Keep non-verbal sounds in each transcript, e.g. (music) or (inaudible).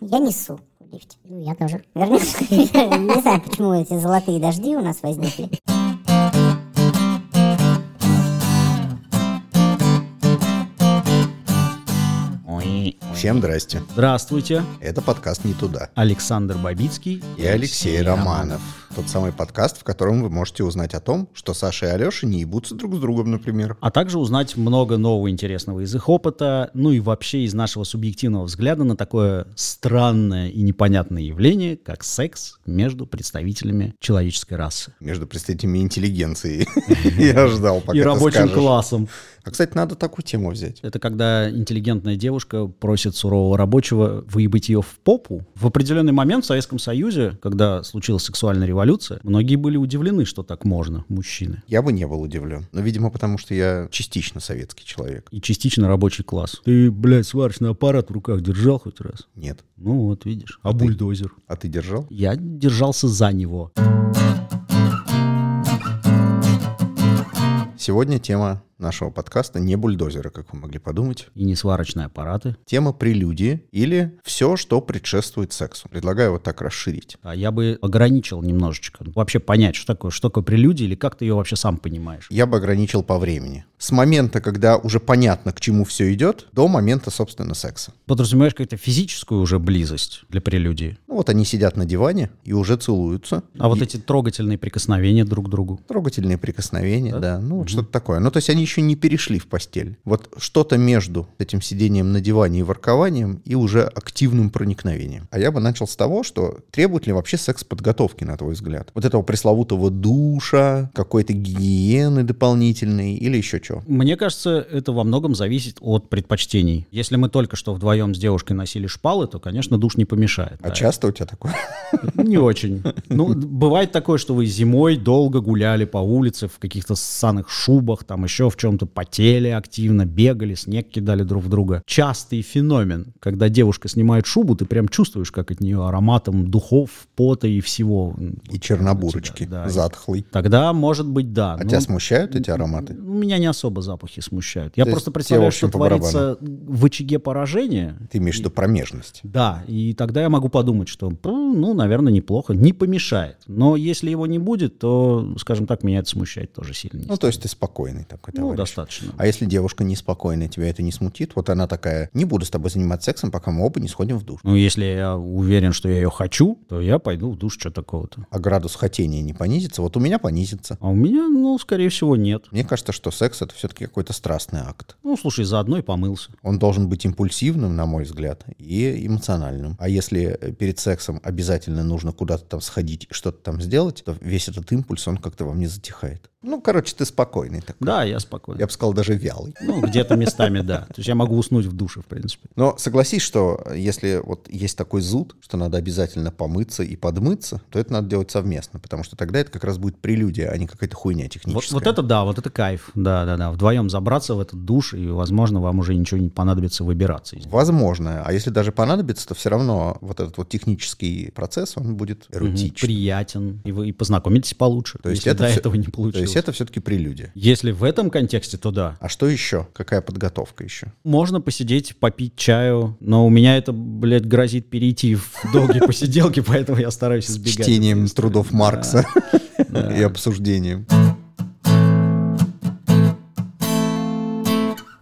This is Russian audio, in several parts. Я несу в лифте. Ну, я тоже. Вернемся. (laughs) Не знаю, почему эти золотые дожди у нас возникли. Всем здрасте. Здравствуйте, Это подкаст «Не туда». Александр Бабицкий И Алексей Романов. Тот самый подкаст, в котором вы можете узнать о том, что Саша и Алеша не ебутся друг с другом, например. А также узнать много нового интересного из их опыта, ну и вообще из нашего субъективного взгляда на такое странное и непонятное явление, как секс между представителями человеческой расы. Между представителями интеллигенции. (laughs) Я ждал, пока и ты рабочим скажешь. классом. А, кстати, надо такую тему взять. Это когда интеллигентная девушка просит сурового рабочего выебать ее в попу. В определенный момент в Советском Союзе, когда случилась сексуальная революция, многие были удивлены, что так можно, мужчины. Я бы не был удивлен. Но, видимо, потому что я частично советский человек. И частично рабочий класс. Ты, блядь, сварочный аппарат в руках держал хоть раз? Нет. Ну вот, видишь. А ты? бульдозер? А ты держал? Я держался за него. Сегодня тема нашего подкаста не бульдозера, как вы могли подумать. И не сварочные аппараты. Тема прелюдии или все, что предшествует сексу. Предлагаю вот так расширить. А я бы ограничил немножечко. Вообще понять, что такое, что такое прелюдия, или как ты ее вообще сам понимаешь. я бы ограничил по времени. С момента, когда уже понятно, к чему все идет, до момента, собственно, секса. Подразумеваешь какую-то физическую уже близость для прелюдии. Ну вот они сидят на диване и уже целуются. А вот И эти трогательные прикосновения друг к другу. трогательные прикосновения, да, ну вот что-то такое. Ну то есть они еще не перешли в постель. Вот что-то между этим сидением на диване и воркованием и уже активным проникновением. А я бы начал с того, что требует ли вообще секс подготовки, на твой взгляд? Вот этого пресловутого душа, какой-то гигиены дополнительной или еще чего? Мне кажется, это во многом зависит от предпочтений. Если мы только что вдвоем с девушкой носили шпалы, то, конечно, душ не помешает. А да. часто у тебя такое? Не очень. Ну, д- бывает такое, что вы зимой долго гуляли по улице в каких-то ссаных шубах, там еще в чем-то потели активно, бегали, снег кидали друг в друга. Частый феномен, когда девушка снимает шубу, ты прям чувствуешь, как от нее ароматом духов, пота и всего. И чернобурочки, Да. затхлый. Тогда, может быть, да. А Ну, тебя смущают эти ароматы? ну, меня не особо запахи смущают. Я То есть просто тебе, в представляю, общем, что по барабану. творится в очаге поражения, Ты имеешь в виду промежность. Ну, да, и тогда я могу подумать, что, «Пу, ну, наверное, неплохо, не помешает. Но если его не будет, то, скажем так, меня это смущает тоже сильно. не Ну, то есть ты спокойный такой станет. ну товарищ. достаточно. А если девушка неспокойная, тебя это не смутит? Вот она такая, не буду с тобой заниматься сексом, пока мы оба не сходим в душ. Ну, если я уверен, что я ее хочу, то я пойду в душ, что такого-то. А градус хотения не понизится? Вот у меня понизится. А у меня, ну, скорее всего, нет. Мне кажется, что секс это все-таки какой-то страстный акт. Ну, слушай, заодно и помылся. Он должен быть импульсивным, на мой взгляд, и эмоциональным. А если э, перед сексом обязательно нужно куда-то там сходить и что-то там сделать, то весь этот импульс, он как-то во мне затихает. Ну, короче, ты спокойный такой. Да, я спокойно. Я бы сказал, даже вялый. Ну, где-то местами, да. То есть я могу уснуть в душе, в принципе. Но согласись, что если вот есть такой зуд, что надо обязательно помыться и подмыться, то это надо делать совместно, потому что тогда это как раз будет прелюдия, а не какая-то хуйня Вот, техническая. вот это да, вот это кайф. Да, да, да. Вдвоем забраться в этот душ, и, возможно, вам уже ничего не понадобится выбираться. из него. Возможно. А если даже понадобится, то все равно вот этот вот технический процесс, он будет Мгм, эротичен. приятен, и вы и познакомитесь получше, То есть если это до всё- этого не То получилось. есть это все-таки прелюдия. Если в этом контексте, то да. А что еще? Какая подготовка еще? Можно посидеть, попить чаю, но у меня это, блядь, грозит перейти в долгие посиделки, (laughs) поэтому я стараюсь С избегать. чтением трудов Да. Маркса Да. (laughs) и обсуждением.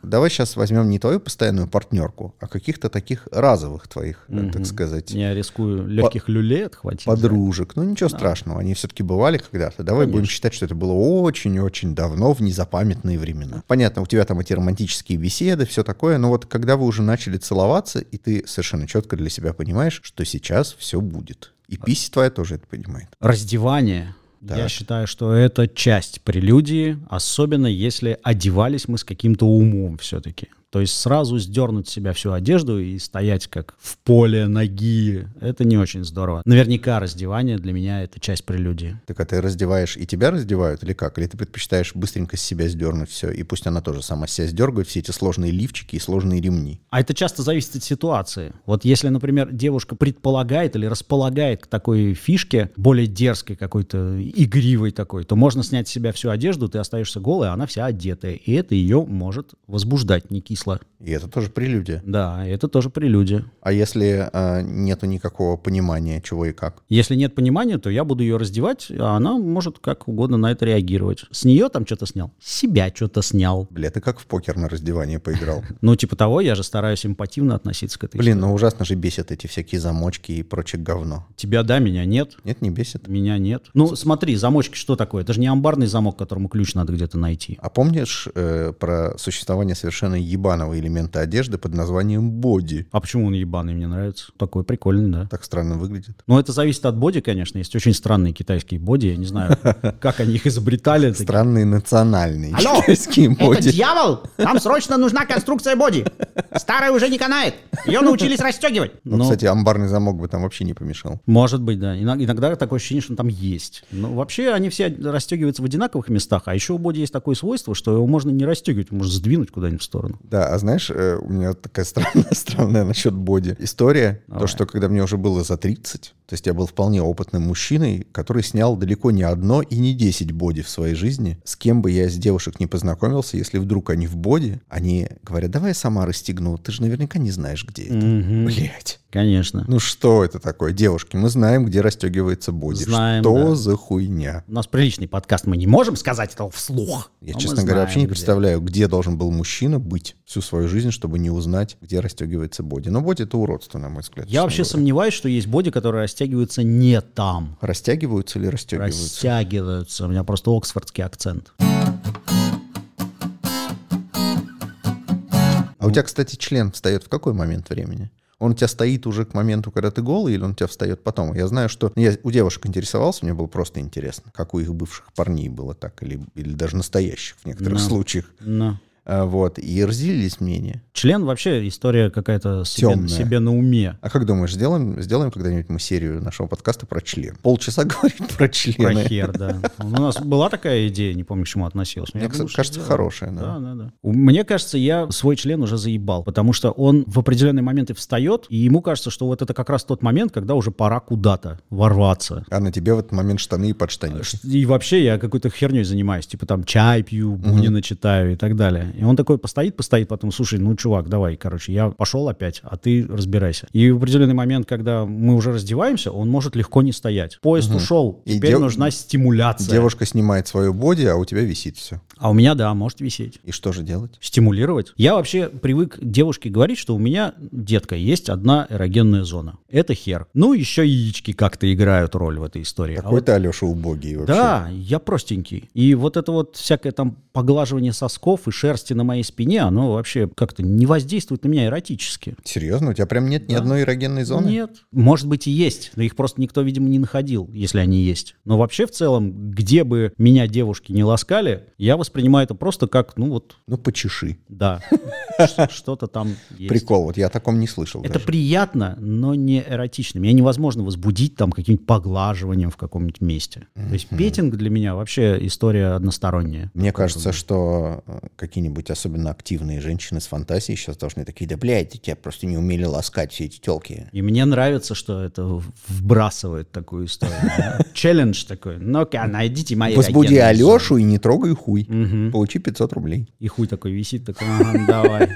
Давай сейчас возьмем не твою постоянную партнерку, а каких-то таких разовых твоих, э, так Мгм. сказать, Я рискую легких люлей отхватить. подружек. Ну ничего страшного, они все-таки бывали когда-то. Давай будем считать, что это было очень-очень давно, в незапамятные времена. Понятно, у тебя там эти романтические беседы, все такое, но вот когда вы уже начали целоваться, и ты совершенно четко для себя понимаешь, что сейчас все будет. И А. писи твоя тоже это понимает. Раздевание. Я Так. считаю, что это часть прелюдии, особенно если одевались мы с каким-то умом все-таки. То есть сразу сдернуть с себя всю одежду и стоять как в поле ноги, это не очень здорово. Наверняка раздевание для меня это часть прелюдии. Так а ты раздеваешь, и тебя раздевают, или как? Или ты предпочитаешь быстренько с себя сдернуть все, и пусть она тоже сама себя сдергает, все эти сложные лифчики и сложные ремни. А это часто зависит от ситуации. Вот если, например, девушка предполагает или располагает к такой фишке, более дерзкой какой-то, игривой такой, то можно снять с себя всю одежду, ты остаешься голая, а она вся одетая. И это ее может возбуждать некий числа. И это тоже прелюдия. Да, это тоже прелюдия. А если э, нету никакого понимания, чего и как? Если нет понимания, то я буду ее раздевать, а она может как угодно на это реагировать. С нее там что-то снял, с себя что-то снял. Бля, ты как в покер на (laughs) раздевание поиграл? Ну, типа того, я же стараюсь эмпативно относиться к этой Блин, ну ужасно же бесят эти всякие замочки и прочее говно. истории. Тебя да, меня нет. Нет, не бесит. Меня нет. Ну, смотри, замочки что такое? Это же не амбарный замок, которому ключ надо где-то найти. А помнишь э, про существование совершенно ебаного элемента одежды под названием боди? А почему он ебаный, мне нравится? Такой прикольный, да. Так странно выглядит. Ну, это зависит от боди, конечно. Есть очень странные китайские боди. Я не (laughs) знаю, как они их изобретали. Такие, Странные национальные Алло! (laughs) (laughs) китайские Это боди. дьявол! Нам срочно нужна конструкция боди. Старая уже не канает. Ее научились расстегивать. Ну, кстати, амбарный замок бы там вообще не помешал. Может быть, да. Иногда, иногда такое ощущение, что он там есть. Но вообще они все расстегиваются в одинаковых местах. А еще у боди есть такое свойство, что его можно не расстегивать, можно сдвинуть куда-нибудь в сторону. Да, а знаешь, э, у меня такая (laughs) странная, странная насчет боди история. То, Давай. что когда мне уже было за 30, то есть я был вполне опытным мужчиной, который снял далеко не одно и не 10 боди в своей жизни. С кем бы я из девушек не познакомился, если вдруг они в боди, они говорят, давай я сама расстегну, ты же наверняка не знаешь, где это. Мгм. Блять. Конечно. Ну что это такое? Девушки, мы знаем, где расстегивается боди. Знаем, что да. за хуйня? У нас приличный подкаст, мы не можем сказать этого вслух. Но Я, А мы честно говоря, вообще не знаем, где. представляю, где должен был мужчина быть всю свою жизнь, чтобы не узнать, где расстегивается боди. Но боди это уродство, на мой Я взгляд. честно вообще говоря. сомневаюсь, что есть боди, которые растягиваются не там. Растягиваются или расстегиваются? Растягиваются. У меня просто оксфордский акцент. А у тебя, кстати, член встает в какой момент времени? Он у тебя стоит уже к моменту, когда ты голый, или он у тебя встает потом? Я знаю, что я у девушек интересовался, мне было просто интересно, как у их бывших парней было так, или, или даже настоящих в некоторых Да. случаях. Но. А, вот, и разделились мнения. Член вообще история какая-то себе, Тёмная. себе на уме. А как думаешь, сделаем, сделаем когда-нибудь мы серию нашего подкаста про член? Полчаса (laughs) говорим про Про члены. хер, да. У нас была такая идея, не помню, к чему относилась. Но я Мне думаю, кстати, что кажется, сделаем. хорошая, да. Да, да, да. У- Мне кажется, я свой член уже заебал, потому что он в определенный момент и встает, и ему кажется, что вот это как раз тот момент, когда уже пора куда-то ворваться. А на тебе в этот момент штаны и подштанники. Ш- И вообще я какой-то херней занимаюсь, типа там чай пью, Бунина читаю и так далее. И он такой постоит, постоит, потом, слушай, ну, чувак, давай, короче, я пошел опять, а ты разбирайся. И в определенный момент, когда мы уже раздеваемся, он может легко не стоять. Поезд ушел, И теперь дев- нужна стимуляция. Девушка снимает свое боди, а у тебя висит все. А у меня, да, может висеть. И что же делать? стимулировать. Я вообще привык девушке говорить, что у меня, детка, есть одна эрогенная зона. Это хер. Ну, еще яички как-то играют роль в этой истории. А вот- Какой-то Алеша убогий вообще. да, я простенький. И вот это вот всякое там поглаживание сосков и шерсти на моей спине, оно вообще как-то не воздействует на меня эротически. Серьезно? У тебя прям нет ни одной эрогенной зоны? Нет. Может быть и есть, но их просто никто, видимо, не находил, если они есть. Но вообще в целом, где бы меня девушки не ласкали, я воспринимаю это просто как, ну вот, Ну, почеши. да, (laughs) Ш- что-то там есть. Прикол, вот я о таком не слышал Это даже. приятно, но не эротично. Меня невозможно возбудить там каким-нибудь поглаживанием в каком-нибудь месте. То есть петинг для меня вообще история односторонняя. Мне кажется, что э, какие-нибудь особенно активные женщины с фантазией сейчас должны такие, да, блядь, тебя просто не умели ласкать все эти телки. И мне нравится, что это в- вбрасывает такую историю. да. Челлендж такой. Ну-ка, найдите мои Возбуди эрогенные зоны. Алешу и не трогай хуй. Мгм. Получи 500 рублей. И хуй такой висит, такой, ага, (laughs) ну давай.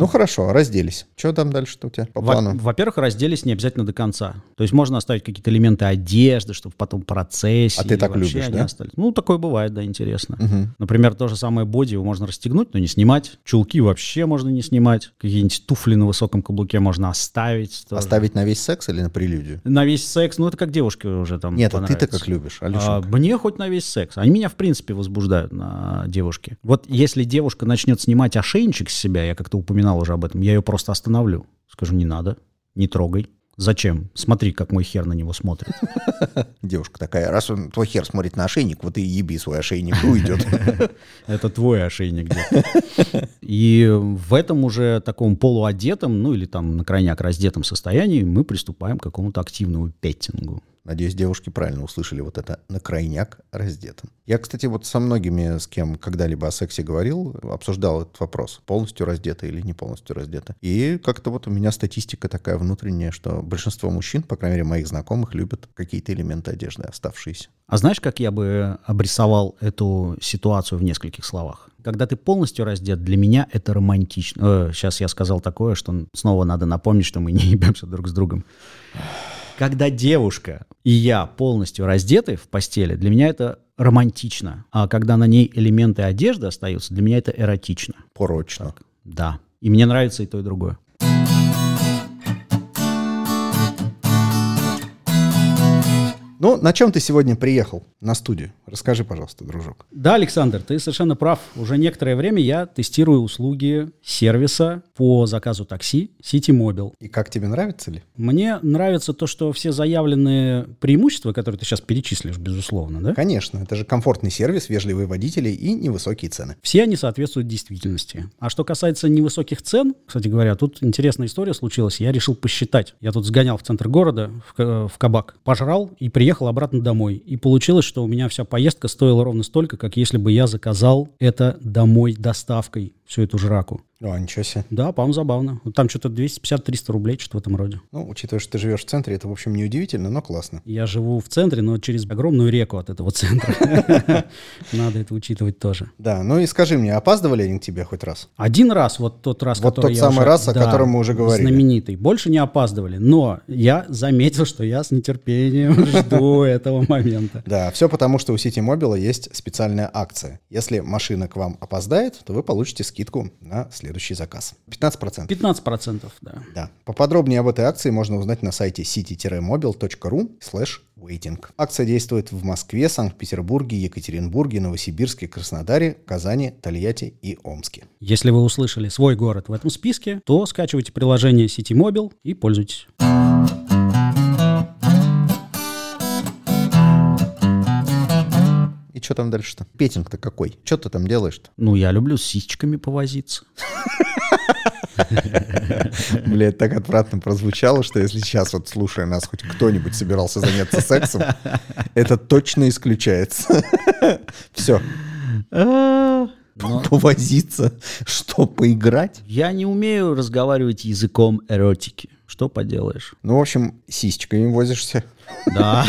Ну хорошо, разделись. Что там дальше-то у тебя по Во- плану? Во-первых, разделись не обязательно до конца. То есть можно оставить какие-то элементы одежды, чтобы потом процессе. А ты или так вообще любишь, они да? остались. Ну, такое бывает, да, интересно. Мгм. Например, то же самое боди его можно расстегнуть, но не снимать. Чулки вообще можно не снимать. Какие-нибудь туфли на высоком каблуке можно оставить. тоже. Оставить на весь секс или на прелюдию? На весь секс, ну это как девушке уже там Нет, а ты-то понравится. как любишь, А, Алешенька. мне хоть на весь секс. Они меня, в принципе, возбуждают на девушке. Вот если девушка начнет снимать ошейничек с себя, я как-то упоминал уже об этом, я ее просто остановлю. Скажу, не надо, не трогай. Зачем? Смотри, как мой хер на него смотрит. (laughs) Девушка такая, раз он твой хер смотрит на ошейник, вот и еби свой ошейник (laughs) и уйдет. Это твой ошейник. да. И в этом уже таком полуодетом, ну или там на крайняк раздетом состоянии мы приступаем к какому-то активному петтингу. Надеюсь, девушки правильно услышали вот это на крайняк раздетым. Я, кстати, вот со многими, с кем когда-либо о сексе говорил, обсуждал этот вопрос, полностью раздеты или не полностью раздеты. И как-то вот у меня статистика такая внутренняя, что большинство мужчин, по крайней мере, моих знакомых, любят какие-то элементы одежды оставшиеся. А знаешь, как я бы обрисовал эту ситуацию в нескольких словах? Когда ты полностью раздет, для меня это романтично. Э, сейчас я сказал такое, что снова надо напомнить, что мы не ебемся друг с другом. Когда девушка и я полностью раздеты в постели, для меня это романтично. А когда на ней элементы одежды остаются, для меня это эротично. Порочно. Да. И мне нравится и то, и другое. Ну, на чем ты сегодня приехал на студию? Расскажи, пожалуйста, дружок. Да, Александр, ты совершенно прав. Уже некоторое время я тестирую услуги сервиса по заказу такси City Mobile. И как тебе нравится ли? Мне нравится то, что все заявленные преимущества, которые ты сейчас перечислишь, безусловно, да? Конечно, это же комфортный сервис, вежливые водители и невысокие цены. Все они соответствуют действительности. А что касается невысоких цен, кстати говоря, тут интересная история случилась. Я решил посчитать. Я тут сгонял в центр города, в, к- в кабак, пожрал и приехал обратно домой. И получилось, что у меня вся поездка стоила ровно столько, как если бы я заказал это домой доставкой, всю эту жраку. О, ничего себе. Да, по-моему, забавно. Вот Там что-то 250-300 рублей, что-то в этом роде. Ну, учитывая, что ты живешь в центре, это, в общем, не удивительно, но классно. Я живу в центре, но через огромную реку от этого центра. (laughs) Надо это учитывать тоже. Да, ну и скажи мне, опаздывали они к тебе хоть раз? Один раз, вот тот раз, Вот который тот я самый уже- раз, о да, котором мы уже говорили. Знаменитый. Больше не опаздывали, но я заметил, что я с нетерпением (laughs) жду этого момента. Да, все потому, что у Сити Мобила есть специальная акция. Если машина к вам опоздает, то вы получите скидку на следующий заказ. 15%. 15%, да. Да. Поподробнее об этой акции можно узнать на сайте city-mobil.ru slash waiting. Акция действует в Москве, Санкт-Петербурге, Екатеринбурге, Новосибирске, Краснодаре, Казани, Тольятти и Омске. Если вы услышали свой город в этом списке, то скачивайте приложение City Mobile и пользуйтесь. И что там дальше-то? Петинг-то какой? Что ты там делаешь-то? (laughs) Ну, я люблю с сисечками повозиться. Бля, это так отвратно прозвучало, что если сейчас вот слушая нас хоть кто-нибудь собирался заняться (laughs) сексом, это точно исключается. (laughs) Все, А, Но повозиться, что, поиграть? я не умею разговаривать языком эротики. Что поделаешь? Ну, в общем, сисечками возишься. (laughs) Да,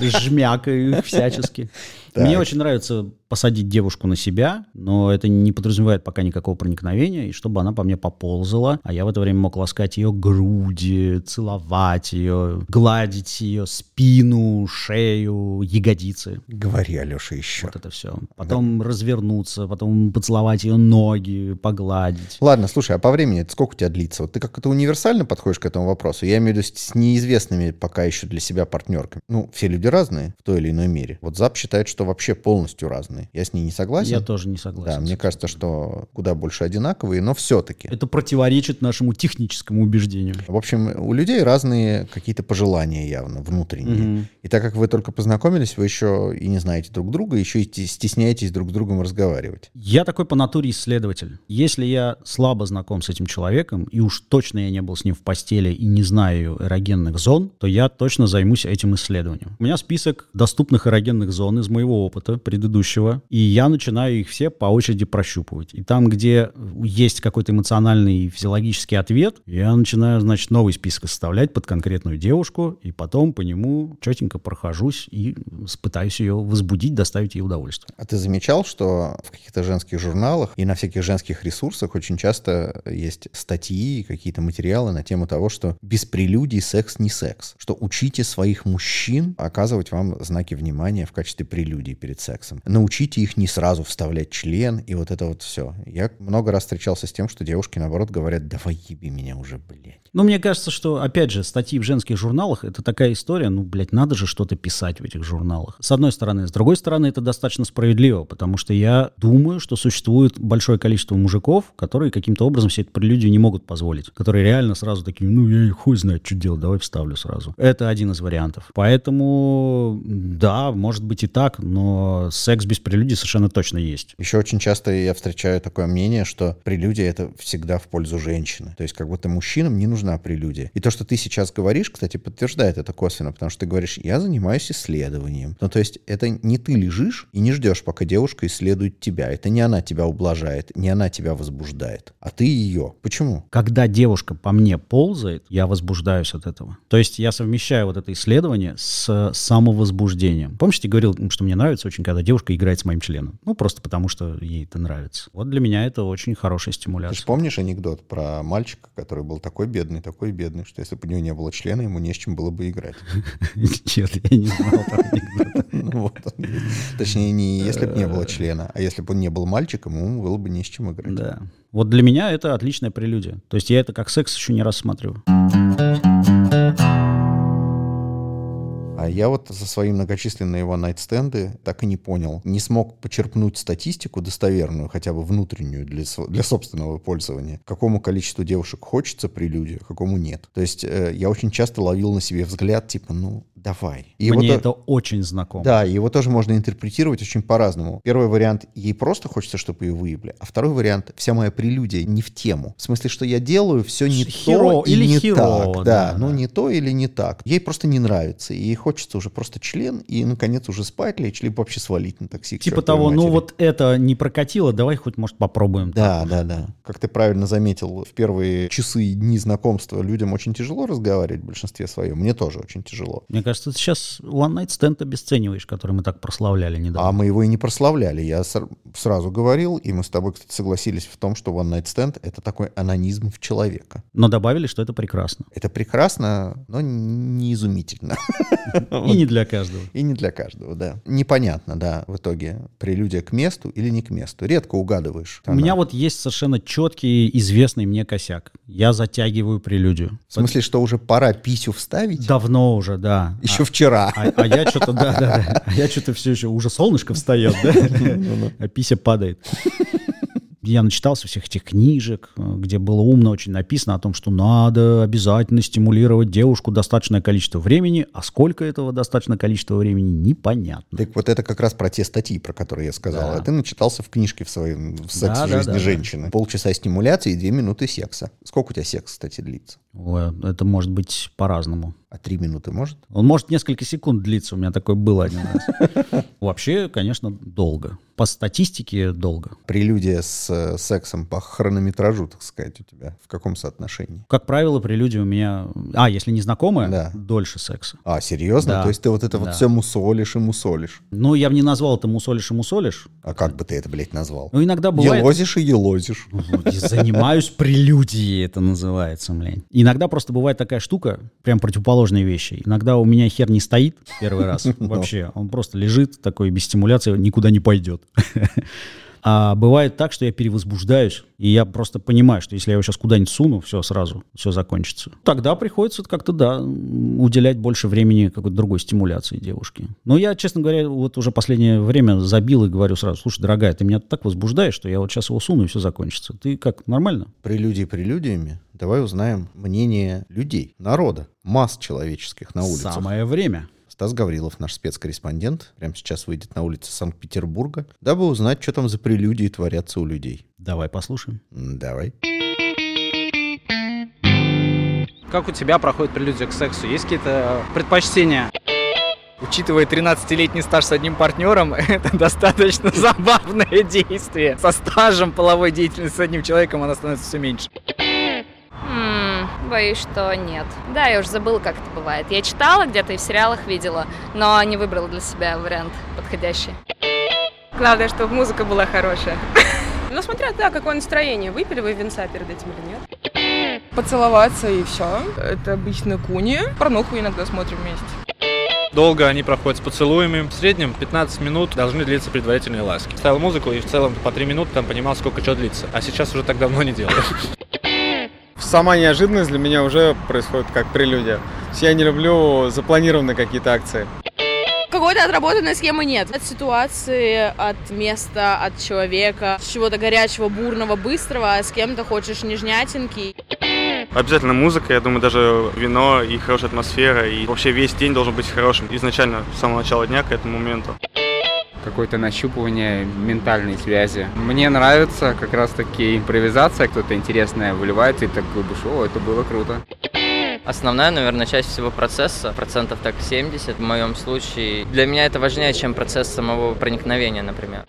жмякаю их всячески. Так. Мне очень нравится посадить девушку на себя, но это не подразумевает пока никакого проникновения, и чтобы она по мне поползала, а я в это время мог ласкать ее груди, целовать ее, гладить ее спину, шею, ягодицы. Говори, Алеша, еще. Вот это все. Потом развернуться, потом поцеловать ее ноги, погладить. Ладно, слушай, а по времени это сколько у тебя длится? Вот ты как-то универсально подходишь к этому вопросу. Я имею в виду с с неизвестными пока еще для себя партнерками. Ну, все люди разные в той или иной мере. Вот Зап считает, что вообще полностью разные. Я с ней не согласен. Я тоже не согласен. Да, мне кажется, что куда больше одинаковые, но все-таки. Это противоречит нашему техническому убеждению. В общем, у людей разные какие-то пожелания явно внутренние. Мгм. И так как вы только познакомились, вы еще и не знаете друг друга, еще и те- стесняетесь друг с другом разговаривать. Я такой по натуре исследователь. Если я слабо знаком с этим человеком, и уж точно я не был с ним в постели и не знаю эрогенных зон, то я точно займусь этим исследованием. У меня список доступных эрогенных зон из моего опыта предыдущего, и я начинаю их все по очереди прощупывать. И там, где есть какой-то эмоциональный и физиологический ответ, я начинаю, значит, новый список составлять под конкретную девушку, и потом по нему четенько прохожусь и пытаюсь ее возбудить, доставить ей удовольствие. А ты замечал, что в каких-то женских журналах и на всяких женских ресурсах очень часто есть статьи и какие-то материалы на тему того, что без прелюдий секс не секс. Что учите своих мужчин оказывать вам знаки внимания в качестве прелюдий перед сексом. Научите их не сразу вставлять член и вот это вот все. Я много раз встречался с тем, что девушки, наоборот, говорят, давай еби меня уже, блядь. Ну, мне кажется, что, опять же, статьи в женских журналах — это такая история, ну, блядь, надо же что-то писать в этих журналах. С одной стороны. С другой стороны, это достаточно справедливо, потому что я думаю, что существует большое количество мужиков, которые каким-то образом себе эту прелюдию не могут позволить, которые реально сразу такие, ну, ну я и хуй знает, что делать, давай вставлю сразу. Это один из вариантов. Поэтому, да, может быть и так, но секс без прелюдии совершенно точно есть. Еще очень часто я встречаю такое мнение, что прелюдия это всегда в пользу женщины. То есть как будто мужчинам не нужна прелюдия. И то, что ты сейчас говоришь, кстати, подтверждает это косвенно, потому что ты говоришь, я занимаюсь исследованием. Ну то есть это не ты лежишь и не ждешь, пока девушка исследует тебя. Это не она тебя ублажает, не она тебя возбуждает, а ты ее. Почему? Когда девушка по мне ползает, я возбуждаюсь от этого. То есть я совмещаю вот это исследование с самовозбуждением. Помните, я говорил, что мне нравится очень, когда девушка играет с моим членом? Ну, просто потому, что ей это нравится. Вот для меня это очень хорошая Ты же стимуляция. помнишь анекдот про мальчика, который был такой бедный, такой бедный, что если бы у него не было члена, ему не с чем было бы играть. (laughs) Нет, я не (laughs) знал про анекдот. Ну, вот он. Точнее, не если бы не было члена, а если бы он не был мальчиком, ему было бы не с чем играть. Да. Вот для меня это отличная прелюдия. То есть я это как секс еще не рассматриваю. А я вот за свои многочисленные его найтстенды так и не понял. Не смог почерпнуть статистику достоверную, хотя бы внутреннюю для, со- для собственного пользования. Какому количеству девушек хочется прелюдия, какому нет. То есть э, я очень часто ловил на себе взгляд, типа, ну, давай. И Мне вот, э, это очень знакомо. Да, его тоже можно интерпретировать очень по-разному. Первый вариант — ей просто хочется, чтобы ее выебли. А второй вариант — вся моя прелюдия не в тему. В смысле, что я делаю все не Херово то и или не херово, так. Да, да, ну да. не то или не так. Ей просто не нравится. и Ей хочется уже просто член и, наконец, уже спать лечь, либо вообще свалить на такси. к Типа чертовой того, ну матери. вот это не прокатило, давай хоть, может, попробуем. Да, да, да. Как ты правильно заметил, в первые часы и дни знакомства людям очень тяжело разговаривать в большинстве своем. Мне тоже очень тяжело. Мне кажется, ты сейчас One Night Stand обесцениваешь, который мы так прославляли недавно. А мы его и не прославляли. Я ср- сразу говорил, и мы с тобой, кстати, согласились в том, что One Night Stand — это такой анонизм в человека. Но добавили, что это прекрасно. Это прекрасно, но (laughs) не изумительно. И не для каждого. И не для каждого, да. Непонятно, да, в итоге, прелюдия к месту или не к месту. Редко угадываешь. У Она- меня вот есть совершенно четкий, известный мне косяк. Я затягиваю прелюдию. В смысле, что уже пора писю вставить? Давно уже, да. (laughs) Еще вчера. А, а я что-то, да, да, да. А я что-то все еще, уже солнышко встает, да? А пися падает. Я начитался всех этих книжек, э, где было умно очень написано о том, что надо обязательно стимулировать девушку достаточное количество времени, а сколько этого достаточное количество времени, непонятно. Так вот это как раз про те статьи, про которые я сказал. Да. А ты начитался в книжке в своем в сексе Да, да, жизни да, да. женщины. Полчаса стимуляции и две минуты секса. Сколько у тебя секс, кстати, длится? Ой, это может быть по-разному. А три минуты может? Он может несколько секунд длиться, у меня такой был один раз. Вообще, конечно, долго. По статистике долго. прелюдия с э, сексом по хронометражу, так сказать, у тебя в каком соотношении? Как правило, прелюдия у меня... А, если не знакомая, Да. дольше секса. А, серьезно? Да. То есть ты вот это Да. вот все мусолишь и мусолишь. Ну, я бы не назвал это мусолишь и мусолишь. А как бы ты это, блядь, назвал? Ну, иногда бывает... Елозишь и елозишь. (laughs) Вот, я Занимаюсь прелюдией, это называется, блин. Иногда просто бывает такая штука, прям противоположные вещи. Иногда у меня хер не стоит первый раз вообще. Он просто лежит такой, без стимуляции, никуда не пойдет. (laughs) А бывает так, что я перевозбуждаюсь, и я просто понимаю, что если я его сейчас куда-нибудь суну, все сразу, все закончится. Тогда приходится как-то, да, м, уделять больше времени какой-то другой стимуляции девушки. Но я, честно говоря, вот уже последнее время забил и говорю сразу, слушай, дорогая, ты меня так возбуждаешь, что я вот сейчас его суну, и все закончится. Ты как, нормально? Прелюдии прелюдиями. Давай узнаем мнение людей, народа, масс человеческих на улицах. Самое время. Стас Гаврилов, наш спецкорреспондент, прямо сейчас выйдет на улицы Санкт-Петербурга, дабы узнать, что там за прелюдии творятся у людей. Давай послушаем. М, Давай. Как у тебя проходит прелюдия к сексу? Есть какие-то предпочтения? Учитывая 13-летний стаж с одним партнером, (laughs) это достаточно (laughs) забавное действие. Со стажем половой деятельности с одним человеком она становится все меньше. М, боюсь, что нет. Да, я уже забыла, как это бывает. Я читала где-то и в сериалах видела, но не выбрала для себя вариант подходящий. Главное, чтобы музыка была хорошая. Ну, смотря, да, какое настроение. Выпили вы винца перед этим или нет? Поцеловаться и все. Это обычно куни. Порнуху иногда смотрим вместе. Долго они проходят с поцелуями. В среднем 15 минут должны длиться предварительные ласки. Ставил музыку и в целом по 3 минуты там понимал, сколько что длится. А сейчас уже так давно не делаю. Сама неожиданность для меня уже происходит как прелюдия. То есть Я не люблю запланированные какие-то акции. Какой-то отработанной схемы нет. От ситуации, от места, от человека, чего-то горячего, бурного, быстрого, а с кем-то хочешь нежнятинки. Обязательно музыка, я думаю, даже вино и хорошая атмосфера. И вообще весь день должен быть хорошим изначально, с самого начала дня к этому моменту. какое-то нащупывание ментальной связи. Мне нравится как раз-таки импровизация, кто-то интересное выливается, и ты такой думаешь, о, это было круто. Основная, наверное, часть всего процесса, процентов так 70 в моем случае, для меня это важнее, чем процесс самого проникновения, например.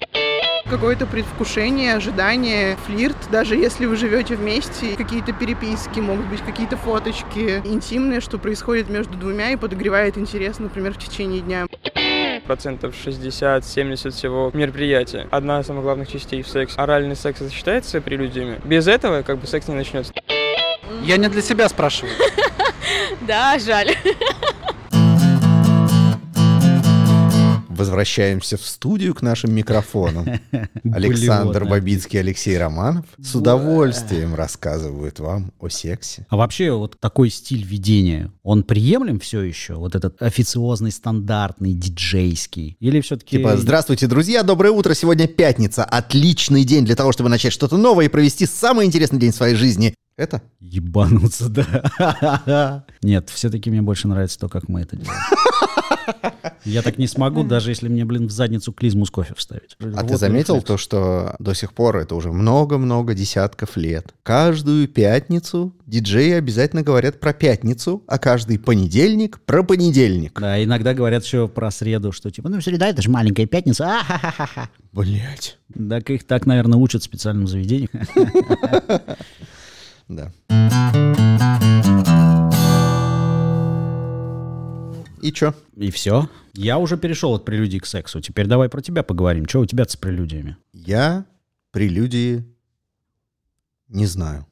Какое-то предвкушение, ожидание, флирт, даже если вы живете вместе, какие-то переписки, могут быть какие-то фоточки интимные, что происходит между двумя и подогревает интерес, например, в течение дня. процентов 60-70 всего мероприятия. Одна из самых главных частей в секс. А Оральный секс это считается прелюдиями. Без этого как бы секс не начнется. Я не для себя спрашиваю. Да, жаль. Возвращаемся в студию к нашим микрофонам. Александр Блевотно. Бабицкий, Алексей Романов с удовольствием рассказывают вам о сексе. А вообще вот такой стиль ведения, он приемлем все еще? Вот этот официозный, стандартный, диджейский? Или все-таки... Типа, здравствуйте, друзья, доброе утро, сегодня пятница. Отличный день для того, чтобы начать что-то новое и провести самый интересный день своей жизни. Это? Ебануться, да. (laughs) Нет, все-таки мне больше нравится то, как мы это делаем. Я так не смогу, даже если мне, блин, в задницу клизму с кофе вставить. А ты заметил то, что до сих пор это уже много-много десятков лет. Каждую пятницу диджеи обязательно говорят про пятницу, а каждый понедельник про понедельник. Да, иногда говорят еще про среду, что типа, ну, среда, это же маленькая пятница. а-ха-ха-ха-ха. Блять. Так их так, наверное, учат в специальном заведении. Да. И чё? И все. Я уже перешел от прелюдий к сексу. Теперь давай про тебя поговорим. Что у тебя с прелюдиями? Я прелюдии не знаю.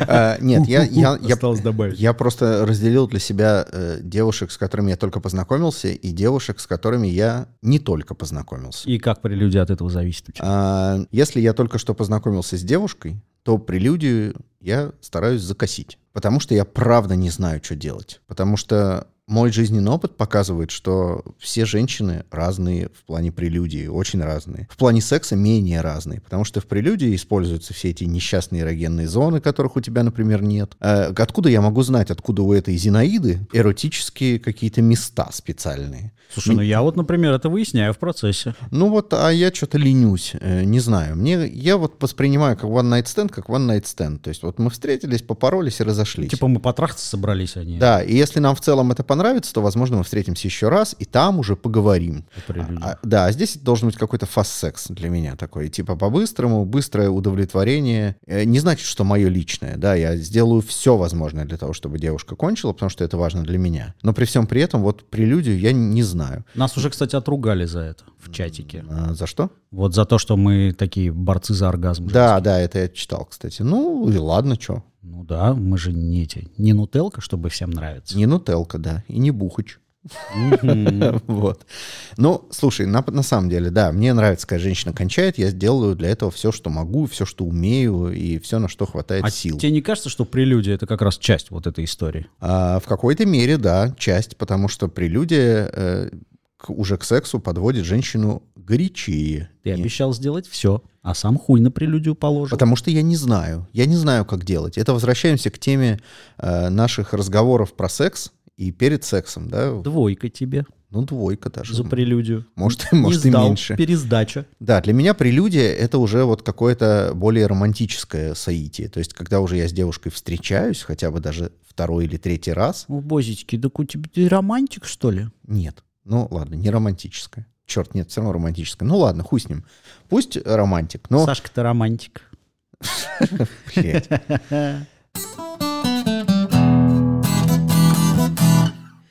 А, Нет, я, я, я, Осталось добавить. я просто разделил для себя э, девушек, с которыми я только познакомился, и девушек, с которыми я не только познакомился. И как прелюдия от этого зависит? у тебя? А, Если я только что познакомился с девушкой, то прелюдию я стараюсь закосить. Потому что я правда не знаю, что делать. Потому что мой жизненный опыт показывает, что все женщины разные в плане прелюдии, очень разные. В плане секса менее разные, потому что в прелюдии используются все эти несчастные эрогенные зоны, которых у тебя, например, нет. Э, откуда я могу знать, откуда у этой Зинаиды эротические какие-то места специальные? Слушай, ну я вот, например, это выясняю в процессе. Ну вот, а я что-то ленюсь, э, не знаю. Мне, я вот воспринимаю как one night stand, как one night stand. То есть вот мы встретились, попоролись и разошлись. Типа мы потрахаться собрались а они. Да, и если нам в целом это понравится, то, возможно, мы встретимся еще раз, и там уже поговорим. о прелюдии. А, да, а здесь должен быть какой-то фаст-секс для меня такой. Типа по-быстрому, быстрое удовлетворение. Э, Не значит, что мое личное, да, я сделаю все возможное для того, чтобы девушка кончила, потому что это важно для меня. Но при всем при этом вот прелюдию я не знаю. Нас уже, кстати, отругали за это в чатике. А, за что? Вот за то, что мы такие борцы за оргазм. Да, да, это я читал, кстати. Ну и ладно, что. Ну да, мы же не эти, не нутелка, чтобы всем нравиться. Не нутелка, да, и не бухач. (laughs) Мгм. Вот. Ну, слушай, на, на самом деле, да, мне нравится, когда женщина кончает, я сделаю для этого все, что могу, все, что умею, и все, на что хватает (laughs) А сил. тебе не кажется, что прелюдия это как раз часть вот этой истории? А, в какой-то мере, да, часть, потому что прелюдия э, к- уже к сексу подводит женщину горячее. Ты Не- обещал сделать все, а сам хуй на прелюдию положил. Потому что я не знаю. Я не знаю, как делать. Это возвращаемся к теме э, наших разговоров про секс и перед сексом, да? Двойка тебе Ну, двойка даже. за прелюдию. Может, Не (laughs) может и сдал, меньше. Пересдача. Да, для меня прелюдия — это уже вот какое-то более романтическое соитие. То есть, когда уже я с девушкой встречаюсь, хотя бы даже второй или третий раз. О, бозички, так у тебя ты романтик, что ли? Нет. Ну, ладно, не романтическое. Черт, нет, все равно романтическое. Ну, ладно, хуй с ним. Пусть э, романтик, но... (laughs) Сашка, ты романтик. Блядь.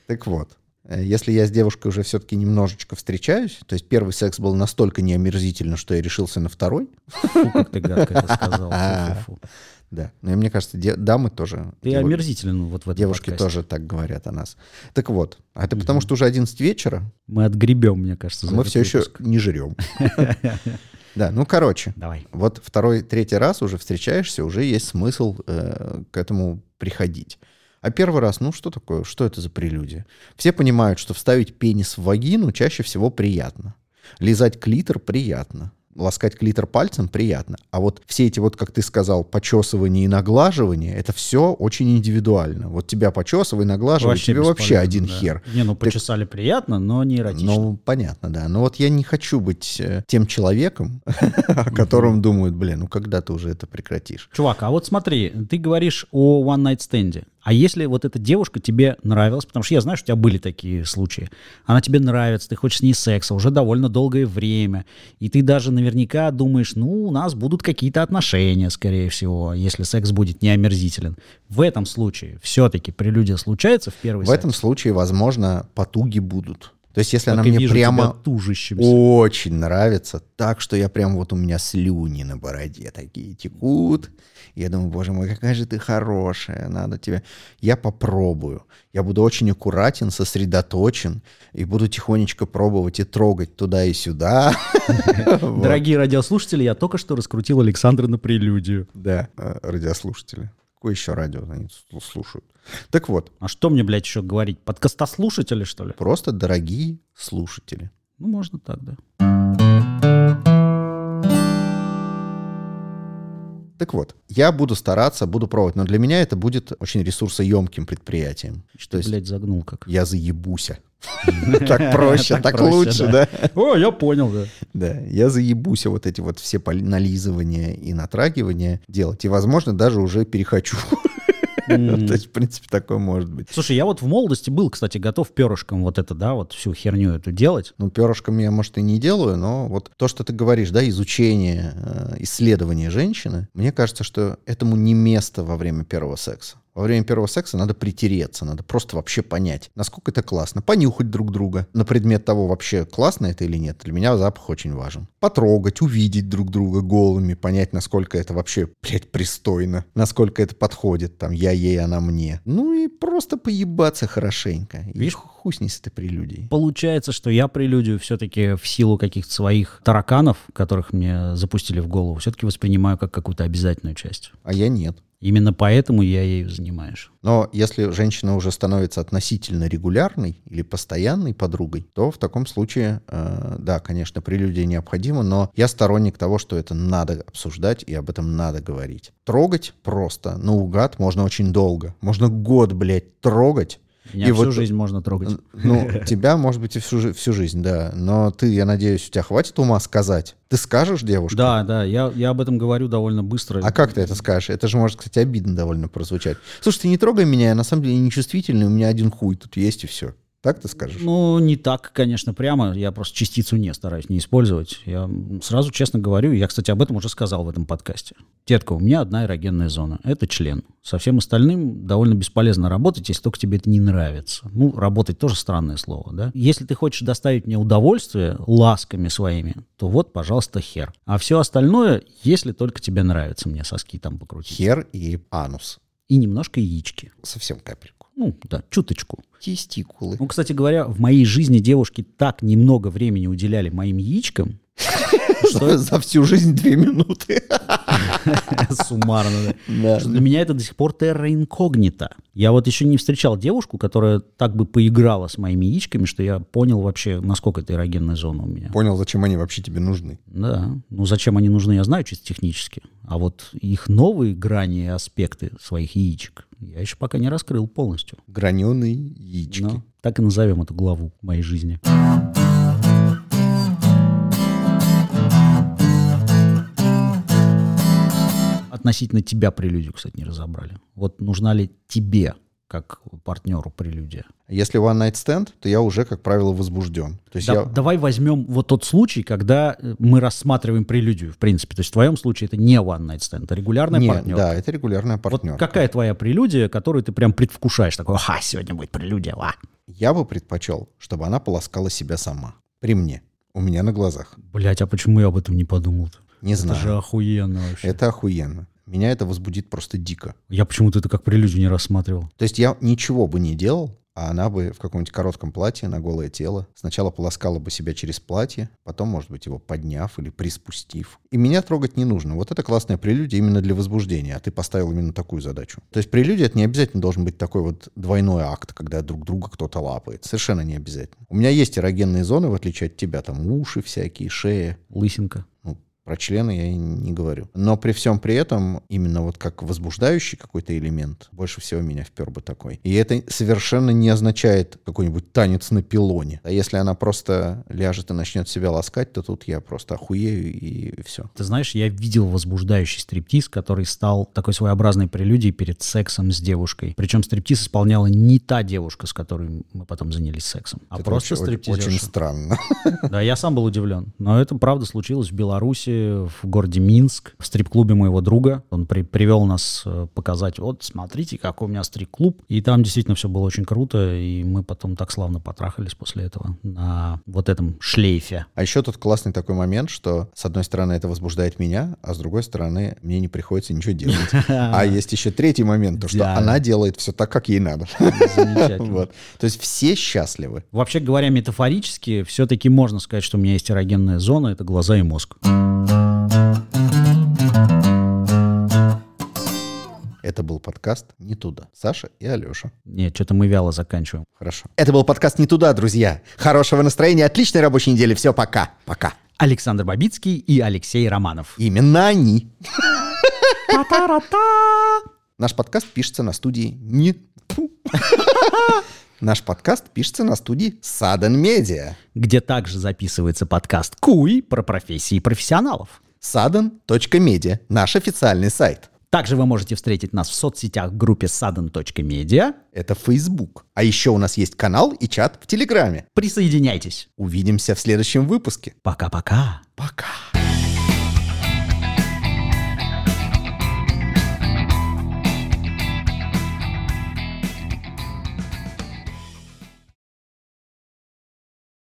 Так вот, э, если я с девушкой уже все-таки немножечко встречаюсь, то есть первый секс был настолько неомерзительно, что я решился на второй, Фу, как ты гадко это сказал. Фу-фу-фу. (laughs) да. Но и мне кажется, де- дамы тоже... Ты делают- омерзителен вот в этом Девушки подкасте. тоже так говорят о нас. Так вот, а это потому, что уже 11 вечера, Мы отгребем, мне кажется, а за мы этот все еще выпуск. (laughs) не жрем. Да, ну короче, Давай. вот второй, третий раз уже встречаешься, уже есть смысл э, к этому приходить. А первый раз, ну что такое, что это за прелюдия? Все понимают, что вставить пенис в вагину чаще всего приятно. Лизать клитор приятно. ласкать клитор пальцем приятно. А вот все эти вот, как ты сказал, почесывание и наглаживание, это все очень индивидуально. Вот тебя почесывай, наглаживай, тебе вообще бесполезно, один да. хер. Не, ну почесали приятно, но не эротично. Ну, понятно, да. Но вот я не хочу быть э, тем человеком, (laughs) о котором думают, блин, ну когда ты уже это прекратишь? Чувак, а вот смотри, ты говоришь о One Night Stand. А если вот эта девушка тебе нравилась, потому что я знаю, что у тебя были такие случаи, она тебе нравится, ты хочешь с ней секса уже довольно долгое время, и ты даже наверняка думаешь, ну, у нас будут какие-то отношения, скорее всего, если секс будет не омерзителен. В этом случае все-таки прелюдия случается в первый В этом случае, возможно, потуги будут. То есть, если Так она и мне вижу прямо тебя тужащимся. очень нравится, так что я прям вот у меня слюни на бороде такие текут. И Я думаю, боже мой, какая же ты хорошая, надо тебе. Я попробую. Я буду очень аккуратен, сосредоточен и буду тихонечко пробовать и трогать туда (laughs) и сюда. Вот. Дорогие радиослушатели, я только что раскрутил Александра на прелюдию. Да, э, радиослушатели. Какое еще радио они слу- слушают? Так вот. А что мне, блядь, еще говорить? Подкастослушатели, что ли? Просто дорогие слушатели. Ну, можно так, да. Так вот, я буду стараться, буду пробовать, но для меня это будет очень ресурсоемким предприятием. Что, блядь, загнул как? Я заебуся. (laughs) Так проще, так лучше, да? О, я понял, да. Да, я заебуся вот эти вот все пол- нализывания и натрагивания делать. И, возможно, даже уже перехочу. (laughs) То есть, в принципе, такое может быть. Слушай, я вот в молодости был, кстати, готов перышком вот это, да, вот всю херню эту делать. Ну, перышком я, может, и не делаю, но вот то, что ты говоришь, да, изучение, э, исследование женщины, мне кажется, что этому не место во время первого секса. Во время первого секса надо притереться, надо просто вообще понять, насколько это классно. Понюхать друг друга на предмет того, вообще классно это или нет. Для меня запах очень важен. Потрогать, увидеть друг друга голыми, понять, насколько это вообще, блядь, пристойно. Насколько это подходит, там, я ей, она мне. Ну и просто поебаться хорошенько. Видишь, хуй с ней с этой прелюдией. Получается, что я прелюдию все-таки в силу каких-то своих тараканов, которых мне запустили в голову, все-таки воспринимаю как какую-то обязательную часть. А я нет. Именно поэтому я ею занимаюсь. Но если женщина уже становится относительно регулярной или постоянной подругой, то в таком случае, э, да, конечно, прелюдия необходима, но я сторонник того, что это надо обсуждать и об этом надо говорить. Трогать просто, наугад, можно очень долго. Можно год, блядь, трогать. Меня всю жизнь можно трогать. Н- Ну, тебя, может быть, и всю, жи- всю жизнь, да. Но ты, я надеюсь, у тебя хватит ума сказать. Ты скажешь девушке? Да, да, я, я об этом говорю довольно быстро. А как ты это скажешь? Это же может, кстати, обидно довольно прозвучать. Слушай, ты не трогай меня, я на самом деле нечувствительный, у меня один хуй тут есть и все. Так ты скажешь? Ну, не так, конечно, прямо. Я просто частицу не стараюсь не использовать. Я м, сразу честно говорю, я, кстати, об этом уже сказал в этом подкасте. Детка, у меня одна эрогенная зона. Это член. Со всем остальным довольно бесполезно работать, если только тебе это не нравится. Ну, работать тоже странное слово, да? Если ты хочешь доставить мне удовольствие ласками своими, то вот, пожалуйста, хер. А все остальное, если только тебе нравится мне соски там покрутить. Хер и анус. И немножко яички. Совсем капельку. Ну, да, чуточку. Тестикулы. (laughs) Ну, кстати говоря, в моей жизни девушки так немного времени уделяли моим яичкам, За, за всю жизнь две минуты. суммарно, Да. (laughs) да. Что для меня это до сих пор терра инкогнита. Я вот еще не встречал девушку, которая так бы поиграла с моими яичками, что я понял вообще, насколько это эрогенная зона у меня. Понял, зачем они вообще тебе нужны. Да. Ну, зачем они нужны, я знаю чисто технически. А вот их новые грани и аспекты своих яичек я еще пока не раскрыл полностью. Граненые яички. Ну, так и назовем эту главу моей жизни. Относительно тебя прелюдию, кстати, не разобрали. Вот нужна ли тебе, как партнеру, прелюдия? А Если one night stand, то я уже, как правило, возбужден. То есть Да- я... Давай возьмем вот тот случай, когда э, мы рассматриваем прелюдию, в принципе. То есть в твоем случае это не one night stand, это регулярная Не, партнерка. да, это регулярная партнерка. Какая твоя прелюдия, которую ты прям предвкушаешь? Такой, ха, сегодня будет прелюдия, ла. Я бы предпочел, чтобы она полоскала себя сама. При мне. У меня на глазах. Блять, а почему я об этом не подумал-то? Не знаю. Это же охуенно вообще. Это охуенно. Меня это возбудит просто дико. Я почему-то это как прелюдию не рассматривал. То есть я ничего бы не делал, а она бы в каком-нибудь коротком платье на голое тело сначала полоскала бы себя через платье, потом, может быть, его подняв или приспустив. И меня трогать не нужно. Вот это классная прелюдия именно для возбуждения, а ты поставил именно такую задачу. То есть прелюдия — это не обязательно должен быть такой вот двойной акт, когда друг друга кто-то лапает. Совершенно не обязательно. У меня есть эрогенные зоны, в отличие от тебя, там уши всякие, шея. Лысинка. Ну, Про члены я и не говорю. Но при всем при этом, именно вот как возбуждающий какой-то элемент, больше всего меня впер бы такой. И это совершенно не означает какой-нибудь танец на пилоне. А если она просто ляжет и начнет себя ласкать, то тут я просто охуею и все. Ты знаешь, я видел возбуждающий стриптиз, который стал такой своеобразной прелюдией перед сексом с девушкой. Причем стриптиз исполняла не та девушка, с которой мы потом занялись сексом, а Это просто очень- стриптизерша. Очень странно. Да, я сам был удивлен. Но это правда случилось в Беларуси, в городе Минск, в стрип-клубе моего друга. Он при- привел нас э, показать, вот смотрите, какой у меня стрип-клуб. И там действительно все было очень круто, и мы потом так славно потрахались после этого на вот этом шлейфе. А еще тут классный такой момент, что с одной стороны это возбуждает меня, а с другой стороны мне не приходится (laughs) ничего делать. А есть еще третий момент, то что Да. она делает все так, как ей надо. Замечательно. Вот. То есть все счастливы. Вообще говоря, метафорически, все-таки можно сказать, что у меня есть эрогенная зона, это глаза и мозг. Это был подкаст «Не туда». Саша и Алеша. Нет, что-то мы вяло заканчиваем. Хорошо. Это был подкаст «Не туда», друзья. Хорошего настроения, отличной рабочей недели. Все, пока. Пока. Александр Бабицкий и Алексей Романов. Именно они. Наш подкаст пишется на студии «Не...» Фу. Наш подкаст пишется на студии «Саден Медиа». Где также записывается подкаст «Куй» про профессии профессионалов. Sudden.media – наш официальный сайт. Также вы можете встретить нас в соцсетях в группе sudden.media. Это Facebook. А еще у нас есть канал и чат в Телеграме. Присоединяйтесь. Увидимся в следующем выпуске. Пока-пока. Пока.